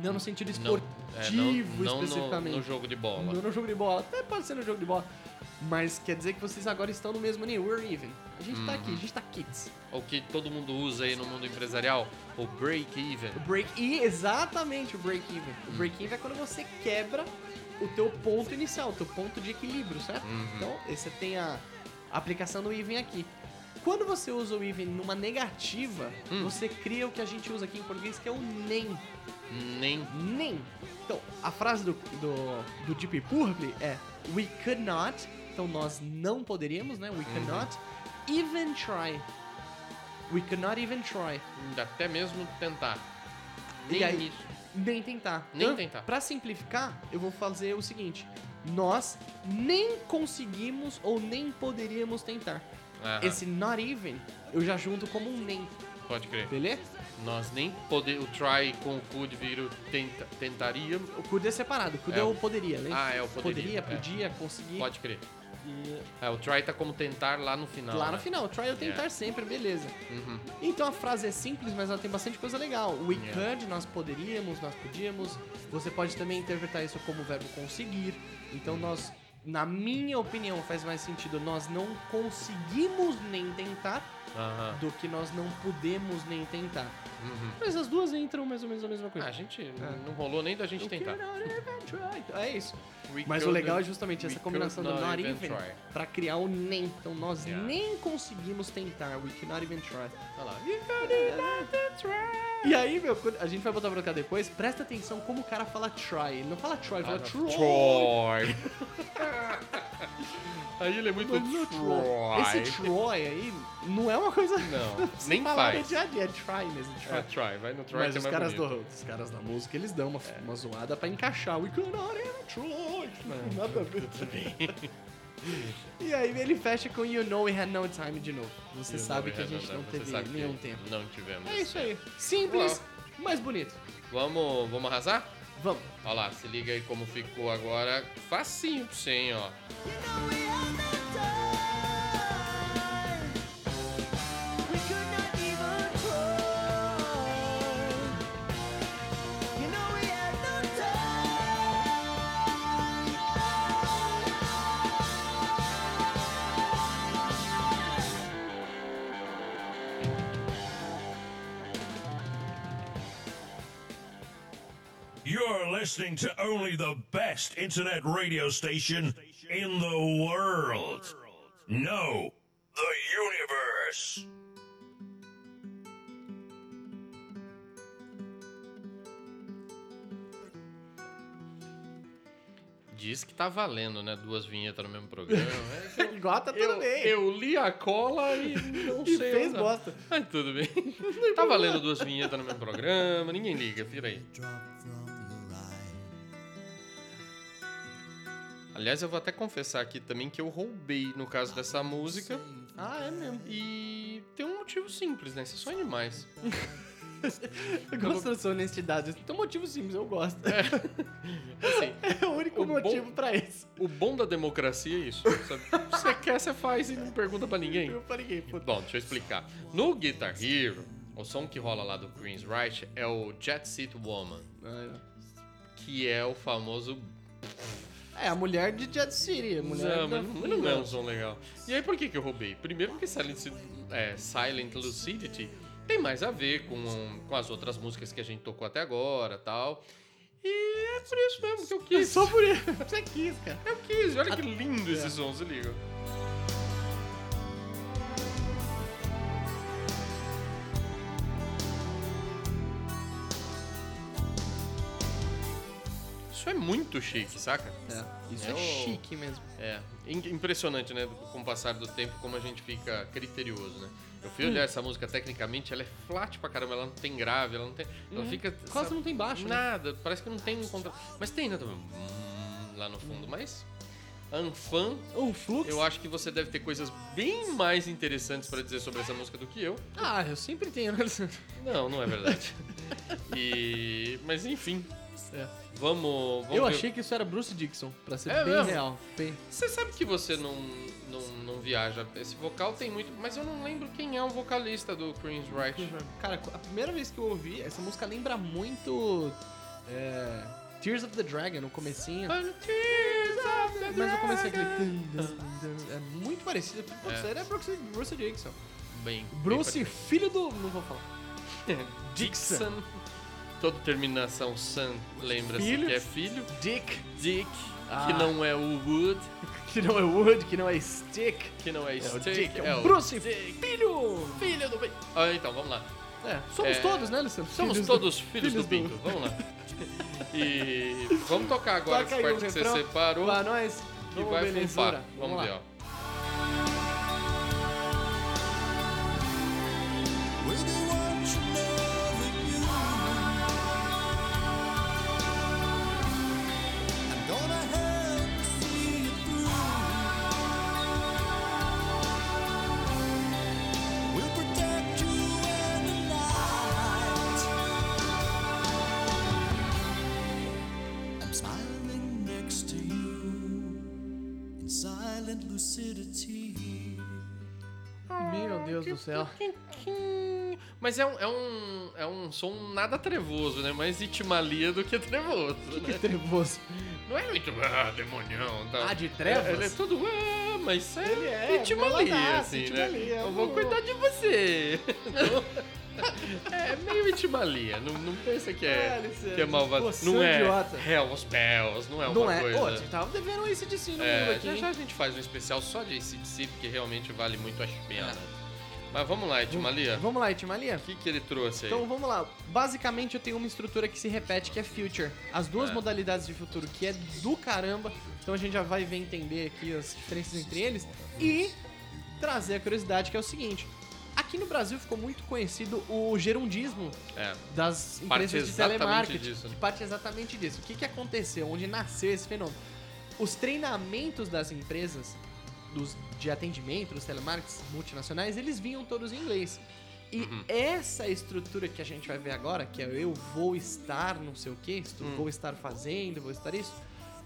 S5: Não no sentido
S1: Não,
S5: esportivo,
S1: é, não, não
S5: especificamente. Uhum.
S1: No, no jogo de bola.
S5: Não no jogo de bola. Até pode ser no jogo de bola. Mas quer dizer que vocês agora estão no mesmo nível. We're even. A gente
S1: Uhum.
S5: tá aqui, a gente tá kids.
S1: É O que todo mundo usa aí no mundo empresarial, o break even.
S5: O break e exatamente o break even. O break even é quando você quebra o teu ponto inicial, o teu ponto de equilíbrio, certo? Então, você tem a aplicação do even aqui. Quando você usa o even numa negativa, você cria o que a gente usa aqui em português, que é o nem.
S1: Nem
S5: Nem. Então, a frase do, do, do Deep Purple é We could not. Então, nós não poderíamos, né? We could not even try. We could not even try.
S1: até mesmo tentar.
S5: E
S1: Nem
S5: aí-
S1: isso.
S5: Nem tentar. Então,
S1: Nem tentar.
S5: Pra simplificar, eu vou fazer o seguinte. Nós nem conseguimos ou nem poderíamos tentar.
S1: Aham,
S5: Esse not even, eu já junto como um nem,
S1: Pode crer.
S5: beleza?
S1: Nós nem poder o try com o could vir o tenta, tentaria.
S5: O could é separado. O could é,
S1: É.
S5: o poderia, né?
S1: Ah, é o poderia,
S5: Poderia,
S1: é.
S5: podia, conseguir.
S1: Pode crer.
S5: E
S1: É, o try tá como tentar lá no final.
S5: lá
S1: né?
S5: no final, try eu tentar
S1: Yeah.
S5: sempre, beleza.
S1: Uhum.
S5: Então a frase é simples, mas ela tem bastante coisa legal. We
S1: Yeah.
S5: could, nós poderíamos, nós podíamos. Você pode também interpretar isso como o verbo conseguir.
S1: Uhum.
S5: Então nós, na minha opinião, faz mais sentido nós não conseguimos nem tentar
S1: Aham.
S5: do que nós não podemos nem tentar.
S1: Uhum.
S5: Mas as duas entram mais ou menos na mesma coisa.
S1: Ah, a gente
S5: É.
S1: não rolou nem da gente
S5: We
S1: tentar.
S5: cannot even try. É isso.
S1: We
S5: Mas o
S1: could-
S5: legal é justamente
S1: we
S5: essa combinação do
S1: could
S5: not even
S1: try.
S5: pra criar o nem. Então nós
S1: Yeah.
S5: nem conseguimos tentar. We cannot even try.
S1: Olha Tá lá.
S5: E aí, meu, quando- a gente vai botar pra cá depois, presta atenção como o cara fala try. Ele não fala try, ele fala troy.
S1: Troy. Aí ele é muito
S5: Mas não Troy. Esse Troy aí não é uma coisa.
S1: Não,
S5: sem
S1: nem
S5: palavra
S1: faz.
S5: dia a dia, é try mesmo. Try.
S1: É, try, vai no try
S5: Mas
S1: que é
S5: os
S1: mais
S5: caras,
S1: bonito.
S5: do, os caras da música, eles dão uma, né? uma zoada pra encaixar. We could not even try. Nada a ver. E aí ele fecha com You Know We Had No Time de novo. Você
S1: You
S5: sabe
S1: know
S5: que a
S1: we have
S5: gente
S1: no
S5: não
S1: time. É, Você
S5: teve
S1: sabe que
S5: nenhum tempo.
S1: Não tivemos.
S5: É
S1: esse
S5: isso aí.
S1: tempo.
S5: Simples, mas bonito.
S1: Vamos, vamos arrasar?
S5: Vamos.
S1: Olha lá, se liga aí como ficou agora. Facinho pra você, hein, ó.
S8: You're listening to only the best internet radio station in the world. No, the universe.
S1: Diz que tá valendo, né? Duas vinhetas no mesmo programa. Mas eu-
S5: Gota tudo
S1: Eu,
S5: bem.
S1: eu li a cola e não
S5: E
S1: sei.
S5: fez
S1: usar.
S5: bosta.
S1: Mas tudo bem. Tá valendo duas vinhetas no mesmo programa, ninguém liga, vira aí. Aliás, eu vou até confessar aqui também que eu roubei no caso dessa música.
S5: Ah, é mesmo.
S1: E tem um motivo simples, né? Vocês são animais.
S5: Eu gosto da sua honestidade. Tem um motivo simples, eu gosto.
S1: Assim,
S5: É o único
S1: O bom-
S5: motivo pra isso.
S1: o bom da democracia é isso. Sabe? Você quer, você faz e não pergunta pra ninguém.
S5: Eu falei, ninguém, pô.
S1: Bom, deixa eu explicar. No Guitar Hero, o som que rola lá do Queen's Right é o Jet Set Woman, que é o famoso.
S5: É, a mulher de Jet City. A mulher
S1: não,
S5: da...
S1: mas não, não é um som legal. E aí por que, que eu roubei? Primeiro porque Silent, é, Silent Lucidity tem mais a ver com, com as outras músicas que a gente tocou até agora tal. E é por isso mesmo que eu
S5: É
S1: quis.
S5: Só por isso. Você quis, cara.
S1: Eu quis, olha que lindo
S5: É.
S1: esse som, se liga. Isso é muito chique, saca?
S5: É, isso
S1: É
S5: é,
S1: o-
S5: chique mesmo.
S1: É, im- impressionante, né? Com o passar do tempo, como a gente fica criterioso, né? Eu
S5: Hum.
S1: fui olhar essa música tecnicamente, ela é flat pra caramba, ela não tem grave, ela não tem. Ela fica.
S5: Uhum. Quase não tem baixo, né?
S1: Nada, parece que não tem um contra. Mas tem, né? também, hum, Lá no fundo, mas. Anfan,
S5: O fluxo...
S1: eu acho que você deve ter coisas bem mais interessantes pra dizer sobre essa música do que eu.
S5: Ah, eu sempre tenho, né?
S1: Não, não é verdade. E. Mas enfim.
S5: É.
S1: Vamos. vamos
S5: Eu
S1: ver.
S5: achei que isso era Bruce Dixon, pra ser
S1: É
S5: bem
S1: mesmo?
S5: real. Bem-
S1: Você sabe que você não, não, não viaja. Esse vocal tem muito. Mas eu não lembro quem é o vocalista do Queen's Right.
S5: Cara, a primeira vez que eu ouvi, essa música lembra muito... é, Tears of the Dragon, no comecinho. Mas eu comecei aquele... tum, tum, tum. É muito parecido. Pô,
S1: É.
S5: isso era Bruce, Bruce Dixon.
S1: Bem.
S5: Bruce,
S1: bem
S5: filho do... Não vou falar.
S1: parecido. Dixon. Toda terminação Sun lembra-se
S5: Filho.
S1: que é filho.
S5: Dick,
S1: Dick,
S5: Ah.
S1: que não é o Wood,
S5: que não é Wood, que não é Stick.
S1: que não é,
S5: É o
S1: Stick,
S5: Dick, é
S1: é
S5: o
S1: o-
S5: Bruce, filho!
S1: Filho do bem. Ah, então, vamos lá.
S5: É, somos
S1: É,
S5: todos, né, Luciano?
S1: Somos
S5: Filhos do-
S1: todos filhos, do Bingo. Vamos lá. E vamos tocar agora
S5: Toca
S1: as
S5: aí o
S1: partes que você
S5: refrão.
S1: separou
S5: Pra nós,
S1: que
S5: vamos
S1: vai
S5: belezura.
S1: flipar. Vamos, ver, ó.
S9: smiling next to you in silent lucidity.
S5: Meu Deus do céu.
S1: Mas é um, é, um, é um som nada trevoso, né? Mais itimalia do que trevoso, né?
S5: Que trevoso.
S1: Não é muito ah, demonião. Tá?
S5: Ah, de trevas?
S1: É, Ele é todo ah, mas é,
S5: Ele é,
S1: itimalia,
S5: meladaço,
S1: assim,
S5: itimalia,
S1: né? Eu vou
S5: vou-
S1: cuidar de você. Então, é meio itimalia. Não, não pensa que
S5: Ah,
S1: é,
S5: Luciano,
S1: que é malvado.
S5: você
S1: Não
S5: é
S1: é
S5: idiota.
S1: Hells Bells, não é uma
S5: Não é?
S1: coisa.
S5: Ô, a gente tava devendo esse de si no mundo
S1: É,
S5: aqui.
S1: já,
S5: hein?
S1: já a gente faz um especial só de ACDC, porque realmente vale muito a pena. Mas vamos lá, Edmalia.
S5: Vamos lá, Itimalia.
S1: O que, que ele trouxe aí?
S5: Então vamos lá. Basicamente eu tenho uma estrutura que se repete, que é future. As duas
S1: É.
S5: modalidades de futuro, que é do caramba. Então a gente já vai ver entender aqui as diferenças entre eles. E trazer a curiosidade, que é o seguinte. Aqui no Brasil ficou muito conhecido o gerundismo
S1: é,
S5: das
S1: Parte
S5: empresas de
S1: exatamente
S5: telemarketing.
S1: disso, né?
S5: Que parte exatamente disso. O que, que aconteceu? Onde nasceu esse fenômeno? Os treinamentos das empresas dos, de atendimento, dos telemarketing multinacionais, eles vinham todos em inglês. E
S1: Uhum.
S5: essa estrutura que a gente vai ver agora, que é eu vou estar não sei o que,
S1: Hum.
S5: vou estar fazendo, vou estar isso,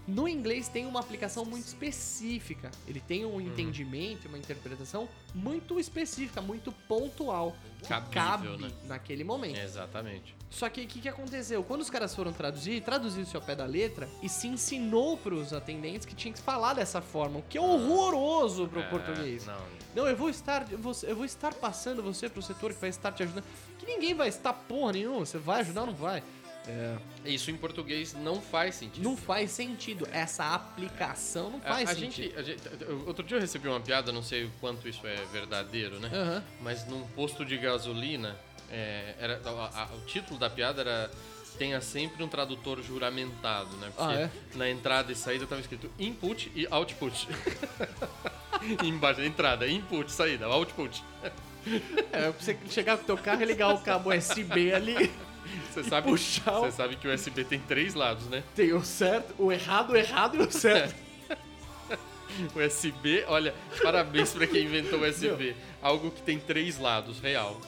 S5: no inglês tem uma aplicação muito específica. Ele tem
S1: Uhum.
S5: um entendimento, uma interpretação muito específica, muito pontual. que
S1: Cabível,
S5: cabe
S1: né?
S5: naquele momento.
S1: Exatamente.
S5: Só que o que, que aconteceu? Quando os caras foram traduzir, traduziram isso ao pé da letra e se ensinou pros atendentes que tinha que falar dessa forma, o que é horroroso pro
S1: É,
S5: português.
S1: Não,
S5: Não, eu vou estar. Eu vou, eu vou estar passando você pro setor que vai estar te ajudando. Que ninguém vai estar porra nenhuma. Você vai ajudar ou não vai? É,
S1: isso em português não faz sentido.
S5: Não faz sentido. Essa aplicação não
S1: A-
S5: faz
S1: É, a
S5: sentido.
S1: gente, a gente- outro dia eu recebi uma piada, não sei o quanto isso é verdadeiro, né?
S5: Aham.
S1: Mas num posto de gasolina, é, era, a- a- o título da piada era tenha sempre um tradutor juramentado, né? Porque
S5: Ah,
S1: na entrada e saída tava escrito input e output. Embaixo, entrada, input, saída, output.
S5: É, pra você chegar com o teu carro e ligar o cabo USB ali.
S1: Você sabe,
S5: puxar o-
S1: você sabe que o USB tem três lados, né?
S5: Tem o certo, o errado, o errado e o certo.
S1: O USB, olha, parabéns pra quem inventou o USB. Algo que tem três lados, real.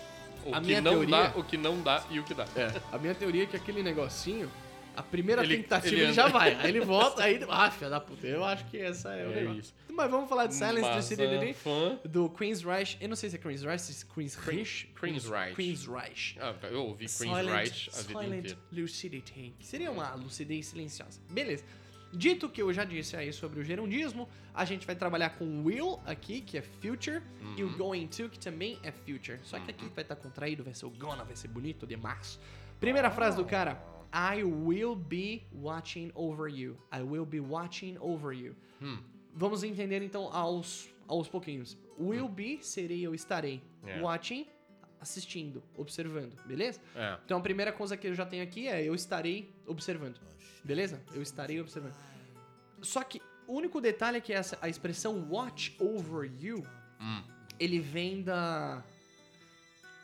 S1: O
S5: A
S1: que
S5: minha
S1: não dá,
S5: teoria-
S1: o que não dá e o que dá.
S5: A minha teoria é que aquele negocinho, a primeira
S1: Ele-
S5: tentativa
S1: ele
S5: ele, já
S1: anda.
S5: vai. Aí ele volta, aí. Ah, filha da puta, eu acho que essa é, o
S1: É
S5: negócio.
S1: isso.
S5: Mas vamos falar de Silence
S1: Maçã,
S5: do CDD.
S1: fã.
S5: Do Queen's Reich. Eu não sei se é Queen's Reich, se é Queen's Reich.
S1: Queen's Reich.
S5: Queen's Reich.
S1: Ah, eu ouvi Queen's
S5: Silent-
S1: Right a vida
S5: Silent
S1: inteira.
S5: Lucidity. Que seria uma lucidez silenciosa. Beleza. Dito que eu já disse aí sobre o gerundismo, a gente vai trabalhar com will aqui, que é future, e
S1: Uhum.
S5: o going to, que também é future. Só que aqui vai estar contraído, vai ser o gonna, vai ser bonito demais. Primeira frase
S1: Ah.
S5: do cara: I will be watching over you. I will be watching over you.
S1: Hum.
S5: Vamos entender então aos, aos pouquinhos. Will be, serei, eu estarei.
S1: Hum. É.
S5: Watching, assistindo, observando, beleza?
S1: É.
S5: Então a primeira coisa que eu já tenho aqui é eu estarei observando. Beleza? Eu estarei observando. Só que o único detalhe é que essa, a expressão watch over you,
S1: Hum.
S5: ele vem da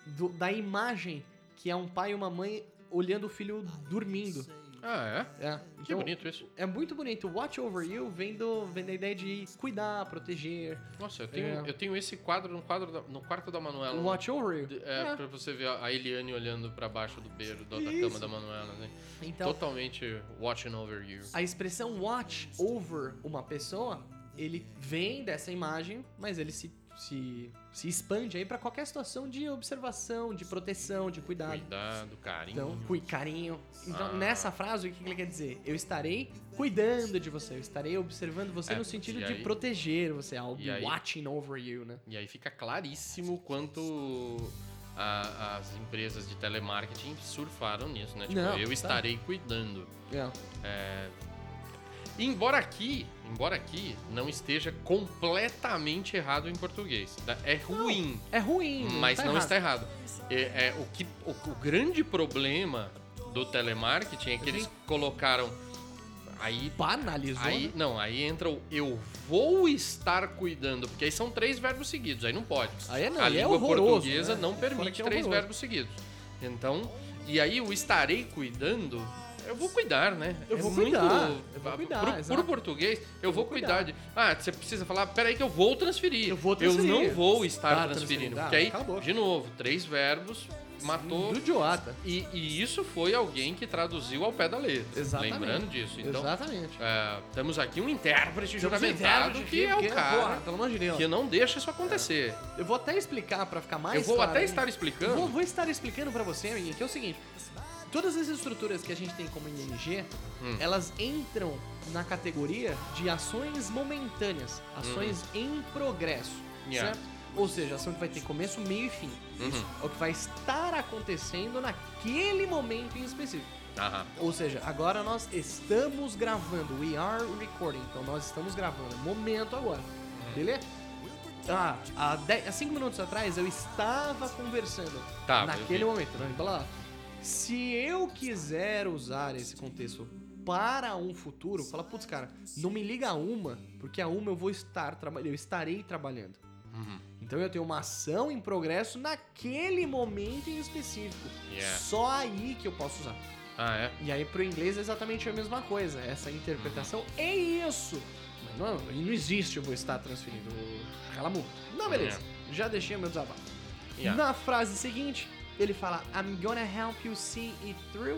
S5: do- da imagem que é um pai e uma mãe olhando o filho dormindo.
S1: Ah, é?
S5: É.
S1: Que
S5: Então,
S1: bonito isso.
S5: É muito bonito. Watch over you vem, do, vem da ideia de cuidar, proteger.
S1: Nossa, eu tenho,
S5: É.
S1: eu tenho esse quadro no, quadro da- no quarto da Manuela.
S5: Watch over you.
S1: Então, É, pra você ver a Eliane olhando pra baixo do beiro da, da cama da Manuela, né?
S5: Então,
S1: Totalmente watching over you.
S5: A expressão watch over uma pessoa, ele vem dessa imagem, mas ele se, se, se expande aí pra qualquer situação de observação, de proteção, de cuidado.
S1: Cuidado, carinho.
S5: Então, cui, carinho. Então,
S1: Ah.
S5: nessa frase, o que que ele quer dizer? Eu estarei cuidando de você, eu estarei observando você
S1: É,
S5: no sentido
S1: e
S5: de
S1: aí-
S5: proteger você. I'll be
S1: e aí-
S5: watching over you, né?
S1: E aí fica claríssimo quanto a- as empresas de telemarketing surfaram nisso, né? Tipo,
S5: Não,
S1: eu
S5: tá.
S1: estarei cuidando.
S5: É.
S1: E Embora aqui, embora aqui não esteja completamente errado em português. tá? É ruim.
S5: É ruim,
S1: Mas
S5: tá
S1: não
S5: errado.
S1: está errado. É, é, o, que, o, o grande problema do telemarketing é que eles colocaram. Aí.
S5: Banalizou,
S1: aí
S5: né?
S1: não, aí entra o eu vou estar cuidando, porque aí são três verbos seguidos, aí não pode.
S5: Aí não,
S1: A
S5: e é
S1: língua
S5: horroroso,
S1: portuguesa
S5: né?
S1: não
S5: Fora
S1: permite
S5: que é
S1: três
S5: horroroso.
S1: verbos seguidos. Então, e aí o estarei cuidando. Eu vou cuidar, né?
S5: Eu
S1: É
S5: vou
S1: muito-
S5: cuidar, eu vou
S1: pro-
S5: cuidar,
S1: pro- Pro
S5: exato.
S1: português, eu vou cuidar. de. Ah, você precisa falar, peraí que eu vou transferir.
S5: Eu vou transferir.
S1: Eu não vou estar
S5: Ah, transferindo.
S1: transferindo.
S5: Ah,
S1: Porque aí,
S5: cala a boca.
S1: de novo, três verbos, matou.
S5: Do um idiota.
S1: E, e isso foi alguém que traduziu ao pé da letra.
S5: Exatamente.
S1: Lembrando disso. Então,
S5: Exatamente.
S1: é, temos aqui um intérprete juramentado que é o cara
S5: né? Porra, É. pelo amor de Deus.
S1: que não deixa isso acontecer.
S5: Eu vou até explicar pra ficar mais
S1: eu vou
S5: claro
S1: até
S5: ainda.
S1: estar explicando.
S5: Vou, vou estar explicando pra você, amiguinho, que é o seguinte. Todas as estruturas que a gente tem como ING,
S1: Hum.
S5: elas entram na categoria de ações momentâneas, ações em progresso,
S1: Uhum. Yeah. Uhum.
S5: certo? Ou seja, ação que vai ter começo, meio e fim. Isso é o que vai estar acontecendo naquele momento em específico.
S1: Aham.
S5: Ou seja, agora nós estamos gravando. We are recording. Então nós estamos gravando. É momento agora.
S1: Hum.
S5: Beleza? Ah, há 10 há 5 minutos atrás eu estava conversando.
S1: Tá,
S5: naquele
S1: eu
S5: momento. Né? Blá, blá. Se eu quiser usar esse contexto para um futuro, fala, putz, cara, não me liga a uma, porque a uma eu vou estar trabalhando, eu estarei trabalhando.
S1: Uhum.
S5: Então eu tenho uma ação em progresso naquele momento em específico.
S1: Yeah.
S5: Só aí que eu posso usar.
S1: Ah, é?
S5: E aí pro inglês é exatamente a mesma coisa. Essa interpretação é isso. Mas não, e não existe eu vou estar transferindo aquela multa. Não, beleza. Já deixei o meu desabafo.
S1: Yeah.
S5: Na frase seguinte, ele fala I'm gonna help you see it through.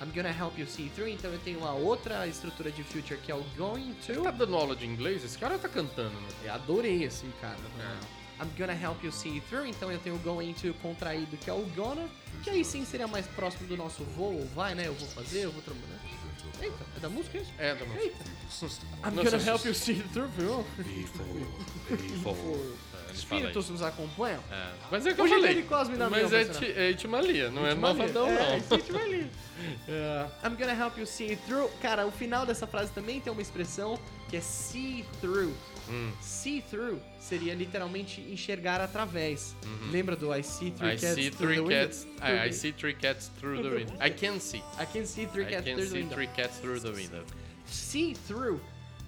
S5: I'm gonna help you see it through. Então eu tenho uma outra estrutura de future que é o going to.
S1: Tá dando aula de inglês? Esse cara tá cantando, né?
S5: Eu adorei esse cara.
S1: É.
S5: I'm gonna help you see it through. Então eu tenho o going to contraído, que é o gonna. Que aí sim seria mais próximo do nosso vou ou vai, né? Eu vou fazer, eu vou trabalhar. Eita, é da música isso?
S1: É, tá bom.
S5: Eita. I'm
S1: Nossa,
S5: gonna
S1: isso-
S5: help you see it through, viu?
S1: É, ele fala
S5: Espíritos nos acompanham.
S1: aí. É. Mas é que eu
S5: Hoje é
S1: falei.
S5: Lady Cosme na
S1: Mas
S5: minha
S1: é,
S5: personagem.
S1: ti- é Itimalia, não é novadão,
S5: É,
S1: não.
S5: Sítio Maria. É, I'm gonna help you see through. Cara, o final dessa frase também tem uma expressão que é see through.
S1: Hum.
S5: See through seria literalmente enxergar através. Lembra do I see three
S1: Uhum. I
S5: cats
S1: see
S5: through
S1: three
S5: the window?
S1: cats. É,
S5: Through
S1: I,
S5: the-
S1: I see three cats through the window. I can see.
S5: I can see three
S1: I
S5: cats
S1: can
S5: through the
S1: see
S5: window.
S1: three cats through the window.
S5: See through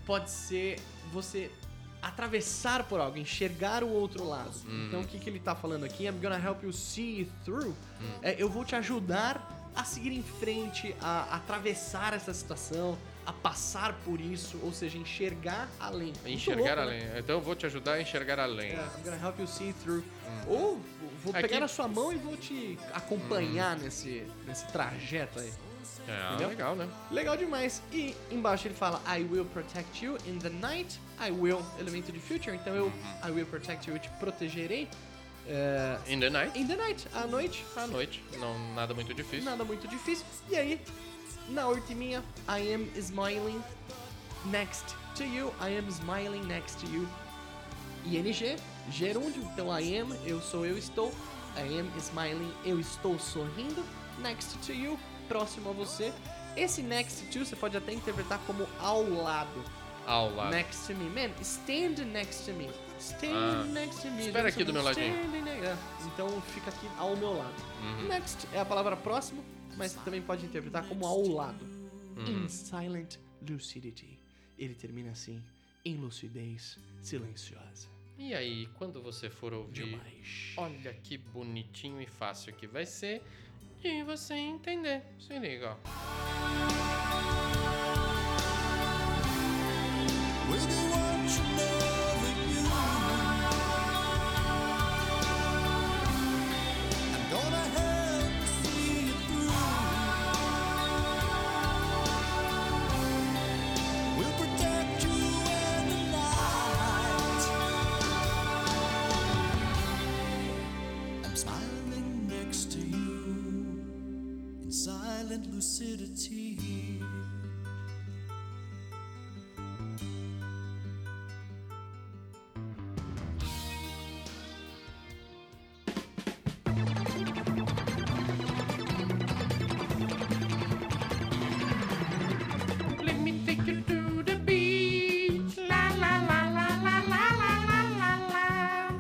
S5: pode ser você atravessar por algo, enxergar o outro lado.
S1: Hum.
S5: Então o que, que ele tá falando aqui? I'm gonna help you see through.
S1: Hum.
S5: É, eu vou te ajudar a seguir em frente, a atravessar essa situação, a passar por isso, ou seja, enxergar além. Muito
S1: Enxergar
S5: louco,
S1: além. Então eu vou te ajudar a enxergar além.
S5: Né? É, I'm gonna help you see through.
S1: Hum.
S5: Ou vou
S1: Aqui-
S5: pegar na sua mão e vou te acompanhar
S1: Hum.
S5: nesse, nesse trajeto aí.
S1: É,
S5: Entendeu?
S1: legal, né?
S5: Legal demais. E embaixo ele fala I will protect you in the night. I will, elemento de future. Então eu I will protect you, eu te protegerei. eh,
S1: In the night.
S5: in the night, à noite.
S1: À noite. Não, nada muito difícil.
S5: Nada muito difícil. E aí, na ultiminha, I am smiling next to you. I am smiling next to you. ING, gerúndio. Então I am, eu sou, eu estou. I am smiling, eu estou sorrindo. Next to you, próximo a você. Esse next to você pode até interpretar como ao lado.
S1: Ao lado.
S5: Next to me. Man, stand next to me. Stand
S1: Ah.
S5: next to me.
S1: Espera aqui do meu ladinho. Uhum.
S5: Stand ne- é, Então fica aqui ao meu lado. Next é a palavra próximo, mas você também pode interpretar como ao lado.
S1: Uhum.
S5: In silent lucidity. Ele termina assim, em lucidez silenciosa.
S1: E aí, quando você for ouvir,
S5: Demais.
S1: olha que bonitinho e fácil que vai ser de você entender. Se liga, ó.
S9: We'll be watching over you. I'm gonna help you see it through. We'll protect you in the night. I'm smiling next to you in silent lucidity.
S1: Let me take you to the beach. La la la la la la la la la la.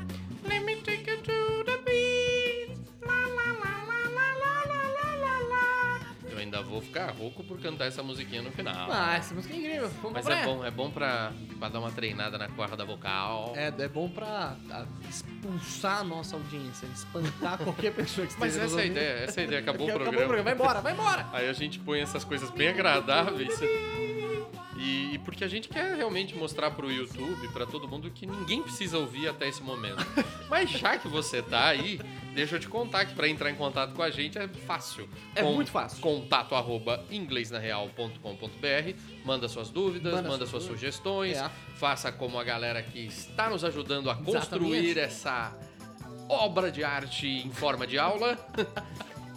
S1: Let me take you to the beach. La la la la la la la la la la. Eu ainda vou ficar rouco por cantar essa musiquinha no final.
S5: Ah, essa música é incrível. Vamos
S1: Mas
S5: pra-
S1: é bom, é bom pra, pra dar uma treinada na corda vocal.
S5: É, é bom pra a- expulsar a nossa audiência, espantar qualquer pessoa que
S1: Mas
S5: esteja nos
S1: essa é a
S5: ouvindo.
S1: ideia, essa é a ideia. Acabou o
S5: Acabou
S1: programa.
S5: o programa, vai embora, vai embora!
S1: Aí a gente põe essas coisas bem agradáveis. E, e porque a gente quer realmente mostrar pro YouTube, pra todo mundo, que ninguém precisa ouvir até esse momento. Mas já que você tá aí, deixa eu te contar que pra entrar em contato com a gente é fácil.
S5: É muito fácil.
S1: Contato arroba inglesnareal.com.br. Manda suas dúvidas,
S5: Manda
S1: manda,
S5: suas
S1: suas
S5: dúvidas.
S1: sugestões.
S5: É.
S1: Faça como a galera que está nos ajudando a
S5: Exatamente.
S1: construir essa obra de arte em forma de aula.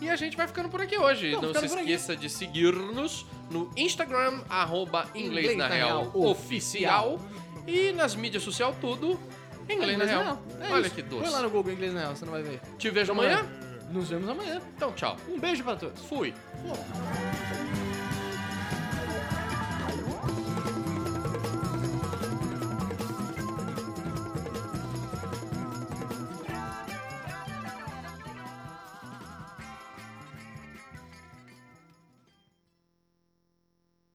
S1: E a gente vai ficando por aqui hoje. Não
S5: Vamos
S1: se
S5: ficando por aqui.
S1: esqueça de seguir-nos no Instagram, arroba Inglês na Real Oficial. E nas mídias social tudo, Inglês na Real.
S5: É
S1: Olha
S5: isso.
S1: que
S5: Põe lá
S1: doce.
S5: no Google Inglês na Real, você não vai ver.
S1: Te vejo
S5: Vamos lá.
S1: amanhã?
S5: Nos vemos amanhã.
S1: Então tchau.
S5: Um beijo pra todos.
S1: Fui.
S5: Fomos.